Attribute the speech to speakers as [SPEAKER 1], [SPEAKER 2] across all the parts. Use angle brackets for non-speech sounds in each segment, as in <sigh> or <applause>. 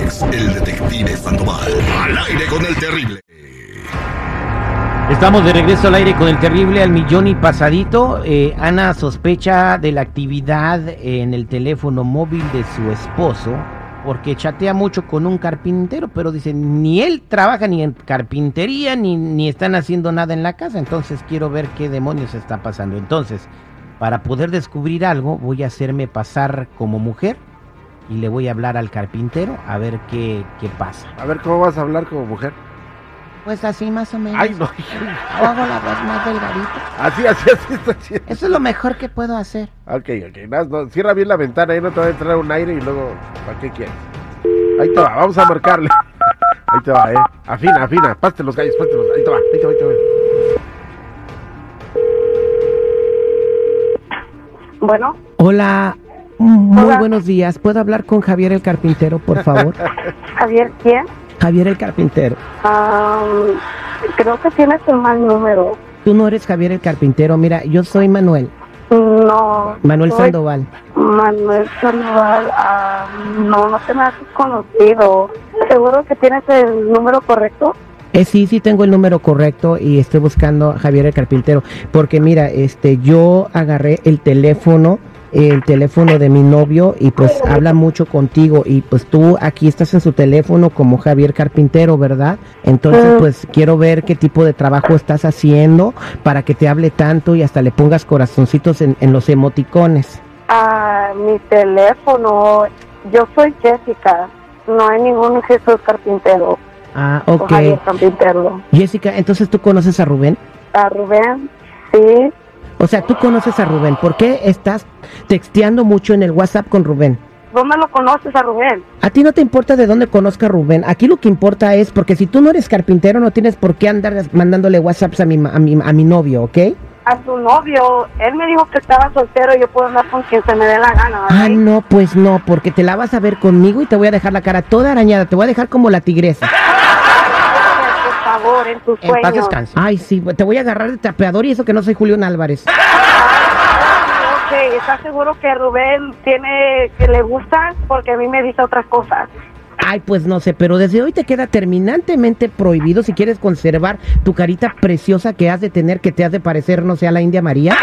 [SPEAKER 1] es el detective Sandoval. Al aire con el terrible.
[SPEAKER 2] Estamos de regreso al aire con el terrible al millón y pasadito. Eh, Ana sospecha de la actividad en el teléfono móvil de su esposo porque chatea mucho con un carpintero, pero dice, ni él trabaja ni en carpintería, ni, ni están haciendo nada en la casa, entonces quiero ver qué demonios está pasando. Entonces, para poder descubrir algo, voy a hacerme pasar como mujer y le voy a hablar al carpintero a ver qué, qué pasa.
[SPEAKER 3] A ver, ¿cómo vas a hablar como mujer?
[SPEAKER 2] Pues así más o menos.
[SPEAKER 3] Ay, no.
[SPEAKER 2] O hago la voz más delgadita.
[SPEAKER 3] Así, así, así <laughs> está haciendo.
[SPEAKER 2] Eso es lo mejor que puedo hacer.
[SPEAKER 3] Ok, ok. nada, no, cierra bien la ventana, ahí no te va a entrar un aire y luego, ¿para qué quieres? Ahí te va, vamos a marcarle. <laughs> Ahí te va, eh. Afina, afina. Paste los gallos, paste los. Ahí te va, ahí te va, ahí te va.
[SPEAKER 4] Bueno,
[SPEAKER 2] Hola, muy
[SPEAKER 4] Hola.
[SPEAKER 2] buenos días. ¿Puedo hablar con Javier el carpintero, por
[SPEAKER 4] <laughs>
[SPEAKER 2] favor?
[SPEAKER 4] Javier, ¿quién?
[SPEAKER 2] Javier el carpintero.
[SPEAKER 4] Am, creo que tienes un mal número.
[SPEAKER 2] Tú no eres Javier el carpintero, mira, yo soy Manuel,
[SPEAKER 4] No.
[SPEAKER 2] Manuel
[SPEAKER 4] soy
[SPEAKER 2] Sandoval.
[SPEAKER 4] Manuel Sandoval. am, no, no te me has conocido. ¿Seguro que tienes el número correcto?
[SPEAKER 2] Eh, sí, sí tengo el número correcto y estoy buscando a Javier el carpintero, porque mira, este, yo agarré el teléfono, el teléfono de mi novio y pues habla mucho contigo y pues tú aquí estás en su teléfono como Javier Carpintero, ¿verdad? Entonces
[SPEAKER 4] Ah.
[SPEAKER 2] pues quiero ver qué tipo de trabajo estás haciendo para que te hable tanto y hasta le pongas corazoncitos en, en los emoticones.
[SPEAKER 4] A mi teléfono. Yo soy Jessica. No hay ningún Jesús Carpintero.
[SPEAKER 2] Ah,
[SPEAKER 4] o
[SPEAKER 2] ok.
[SPEAKER 4] Javier Carpintero.
[SPEAKER 2] Jessica, entonces tú conoces a Rubén.
[SPEAKER 4] A Rubén, sí.
[SPEAKER 2] O sea, tú conoces a Rubén. ¿Por qué estás texteando mucho en el WhatsApp con Rubén?
[SPEAKER 4] ¿Vos me lo conoces a Rubén?
[SPEAKER 2] A ti no te importa de dónde conozca a Rubén. Aquí lo que importa es porque si tú no eres carpintero, no tienes por qué andar des- mandándole WhatsApps a mi, ma- a mi, a mi novio, ¿ok?
[SPEAKER 4] A su novio. Él me dijo que estaba soltero y yo puedo andar con quien se me dé la gana. ¿verdad?
[SPEAKER 2] Ah, no, pues no, porque te la vas a ver conmigo y te voy a dejar la cara toda arañada. Te voy a dejar como la tigresa.
[SPEAKER 4] por favor, en tus
[SPEAKER 2] En
[SPEAKER 4] sueños.
[SPEAKER 2] paz descanse. Ay, sí, te voy a agarrar de trapeador y eso que no soy Julián Álvarez.
[SPEAKER 4] Ok, ¿estás seguro que Rubén tiene que le gusta? Porque a mí me dice otras cosas.
[SPEAKER 2] Ay, pues no sé, pero desde hoy te queda terminantemente prohibido si quieres conservar tu carita preciosa que has de tener, que te has de parecer, no sé, a la India María.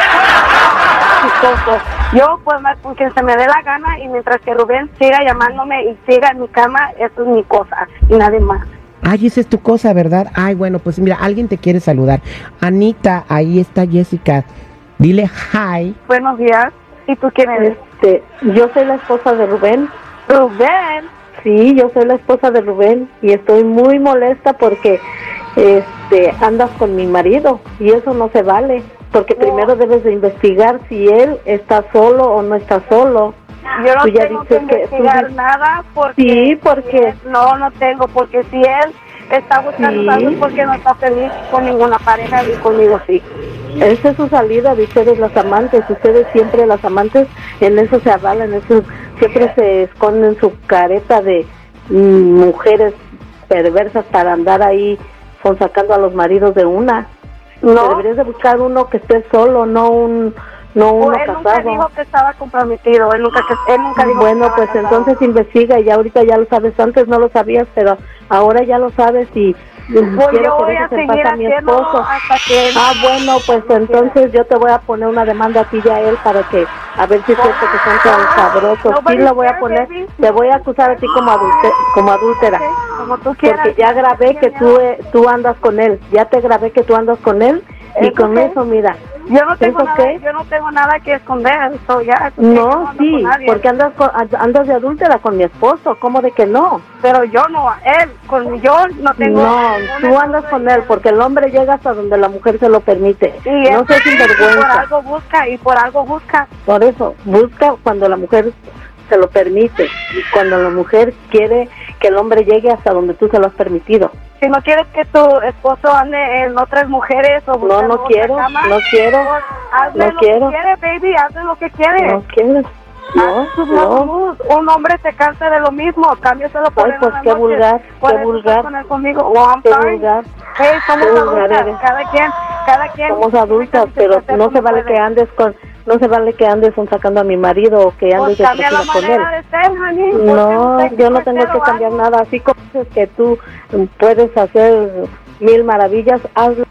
[SPEAKER 4] Chistoso. Yo puedo andar con quien se me dé la gana y mientras que Rubén siga llamándome y siga en mi cama, eso es mi cosa y nadie más.
[SPEAKER 2] Ay, esa es tu cosa, ¿verdad? Ay, bueno, pues mira, alguien te quiere saludar. Anita, ahí está Jessica. Dile hi.
[SPEAKER 4] Buenos días. ¿Y tú quién eres?
[SPEAKER 5] Este, yo soy la esposa de Rubén.
[SPEAKER 4] Rubén.
[SPEAKER 5] Sí, yo soy la esposa de Rubén y estoy muy molesta porque este andas con mi marido y eso no se vale, porque primero debes de investigar si él está solo o no está solo.
[SPEAKER 4] Yo no
[SPEAKER 5] Tú ya
[SPEAKER 4] tengo que
[SPEAKER 5] dices que tú
[SPEAKER 4] investigar
[SPEAKER 5] dices-
[SPEAKER 4] nada porque...
[SPEAKER 5] Sí, porque-
[SPEAKER 4] si él- No, no tengo, porque si él está buscando
[SPEAKER 5] Sí.
[SPEAKER 4] algo es porque no está feliz con ninguna pareja y conmigo sí.
[SPEAKER 5] Esa es su salida de ustedes las amantes, ustedes siempre las amantes en eso se avalan, en eso siempre se esconden su careta de mm, mujeres perversas para andar ahí son sacando a los maridos de una.
[SPEAKER 4] No.
[SPEAKER 5] No. Deberías de buscar uno que esté solo, no un no
[SPEAKER 4] Pues
[SPEAKER 5] uno
[SPEAKER 4] él nunca dijo
[SPEAKER 5] casado.
[SPEAKER 4] que estaba comprometido, él nunca, que- él nunca dijo que
[SPEAKER 5] Bueno,
[SPEAKER 4] estaba
[SPEAKER 5] pues
[SPEAKER 4] casado.
[SPEAKER 5] entonces investiga, ya ahorita ya lo sabes, antes no lo sabías, pero ahora ya lo sabes y
[SPEAKER 4] Pues yo
[SPEAKER 5] quiero que
[SPEAKER 4] voy a
[SPEAKER 5] dejes en
[SPEAKER 4] seguir
[SPEAKER 5] paz a mi
[SPEAKER 4] haciendo
[SPEAKER 5] esposo.
[SPEAKER 4] hasta que él-
[SPEAKER 5] Ah, bueno, pues entonces yo te voy a poner una demanda a ti y a él para que, a ver si es cierto que son
[SPEAKER 4] Ah,
[SPEAKER 5] tan sabrosos. Sí, lo voy a poner, te voy a acusar a ti como, adulte- como adúltera.
[SPEAKER 4] Ok, como tú quieras.
[SPEAKER 5] Porque ya grabé que tú, eh, tú andas con él, ya te grabé que tú andas con él y
[SPEAKER 4] ¿Es
[SPEAKER 5] con
[SPEAKER 4] ok?
[SPEAKER 5] eso, mira.
[SPEAKER 4] Yo no tengo
[SPEAKER 5] ¿Es
[SPEAKER 4] nada,
[SPEAKER 5] ok?
[SPEAKER 4] yo no tengo nada que esconder, eso ya. eso sí, yo
[SPEAKER 5] No,
[SPEAKER 4] ando con
[SPEAKER 5] sí,
[SPEAKER 4] nadie.
[SPEAKER 5] porque andas, con- andas de adúltera con mi esposo, ¿cómo de que no?
[SPEAKER 4] pero yo no, él, con yo no tengo.
[SPEAKER 5] No,
[SPEAKER 4] ningún
[SPEAKER 5] tú andas con él porque el hombre llega hasta donde la mujer se lo permite.
[SPEAKER 4] y él-
[SPEAKER 5] No seas
[SPEAKER 4] Por
[SPEAKER 5] sinvergüenza.
[SPEAKER 4] algo busca y por algo busca.
[SPEAKER 5] Por eso, busca cuando la mujer se lo permite y cuando la mujer quiere que el hombre llegue hasta donde tú se lo has permitido.
[SPEAKER 4] Si no quieres que tu esposo ande en otras mujeres o
[SPEAKER 5] No,
[SPEAKER 4] busque
[SPEAKER 5] no
[SPEAKER 4] otra
[SPEAKER 5] quiero,
[SPEAKER 4] cama,
[SPEAKER 5] no quiero,
[SPEAKER 4] pues hazle
[SPEAKER 5] no
[SPEAKER 4] lo
[SPEAKER 5] quiero.
[SPEAKER 4] que quiere, baby, hazle lo que quiere.
[SPEAKER 5] no quiero. No,
[SPEAKER 4] Haz tus
[SPEAKER 5] no.
[SPEAKER 4] manos. Un hombre se cansa de lo mismo, cámbiaselo por
[SPEAKER 5] Ay,
[SPEAKER 4] él
[SPEAKER 5] pues
[SPEAKER 4] una
[SPEAKER 5] qué
[SPEAKER 4] noche.
[SPEAKER 5] vulgar,
[SPEAKER 4] Por
[SPEAKER 5] qué
[SPEAKER 4] eso
[SPEAKER 5] vulgar,
[SPEAKER 4] estás con él conmigo. Oh, I'm
[SPEAKER 5] qué
[SPEAKER 4] sorry.
[SPEAKER 5] vulgar.
[SPEAKER 4] Hey, somos
[SPEAKER 5] qué vulgar
[SPEAKER 4] adultas,
[SPEAKER 5] eres.
[SPEAKER 4] cada quien, cada quien.
[SPEAKER 5] Somos adultas, pero no se vale que
[SPEAKER 4] ande
[SPEAKER 5] andes con No se vale que andes sacando a mi marido o que
[SPEAKER 4] Pues
[SPEAKER 5] andes de
[SPEAKER 4] cambia la
[SPEAKER 5] crecida con él.
[SPEAKER 4] manera de ser, honey. ¿Por qué
[SPEAKER 5] No,
[SPEAKER 4] te
[SPEAKER 5] yo no
[SPEAKER 4] quieres
[SPEAKER 5] tengo
[SPEAKER 4] ser
[SPEAKER 5] que
[SPEAKER 4] o
[SPEAKER 5] cambiar
[SPEAKER 4] algo?
[SPEAKER 5] nada. Así como dices que tú mm, puedes hacer mil maravillas, hazlo.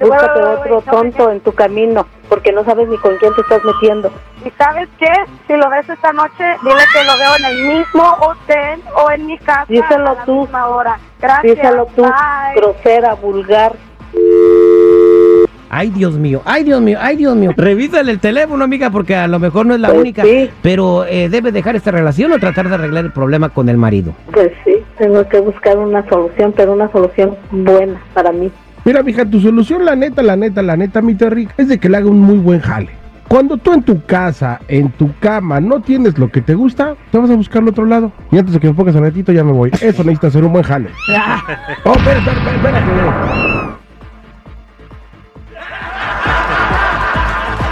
[SPEAKER 4] Güey, güey,
[SPEAKER 5] Búscate
[SPEAKER 4] güey,
[SPEAKER 5] otro
[SPEAKER 4] güey, no me
[SPEAKER 5] tonto en tu camino, porque no sabes ni con quién te estás metiendo.
[SPEAKER 4] ¿Y sabes qué? Si lo ves esta noche, dile que lo veo en el mismo hotel o en mi casa.
[SPEAKER 5] Díselo
[SPEAKER 4] a la
[SPEAKER 5] tú.
[SPEAKER 4] misma hora. Gracias.
[SPEAKER 5] Díselo tú,
[SPEAKER 4] Bye.
[SPEAKER 5] grosera, vulgar.
[SPEAKER 2] Ay, Dios mío, ay, Dios mío, ay, Dios mío. Revísale el teléfono, amiga, porque a lo mejor no es la
[SPEAKER 5] Pues
[SPEAKER 2] única.
[SPEAKER 5] sí.
[SPEAKER 2] Pero eh, debe dejar esta relación o tratar de arreglar el problema con el marido.
[SPEAKER 5] Pues sí, tengo que buscar una solución, pero una solución buena para mí.
[SPEAKER 6] Mira, mija, tu solución, la neta, la neta, la neta, mi Terry, es de que le haga un muy buen jale. Cuando tú en tu casa, en tu cama, no tienes lo que te gusta, te vas a buscar al otro lado. Y antes de que me pongas a netito, ya me voy. Eso necesita hacer un buen jale.
[SPEAKER 5] Ah,
[SPEAKER 6] Oh, espera, espera, espera, espera, que-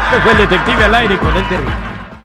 [SPEAKER 7] Este fue el detective al aire con el terrible.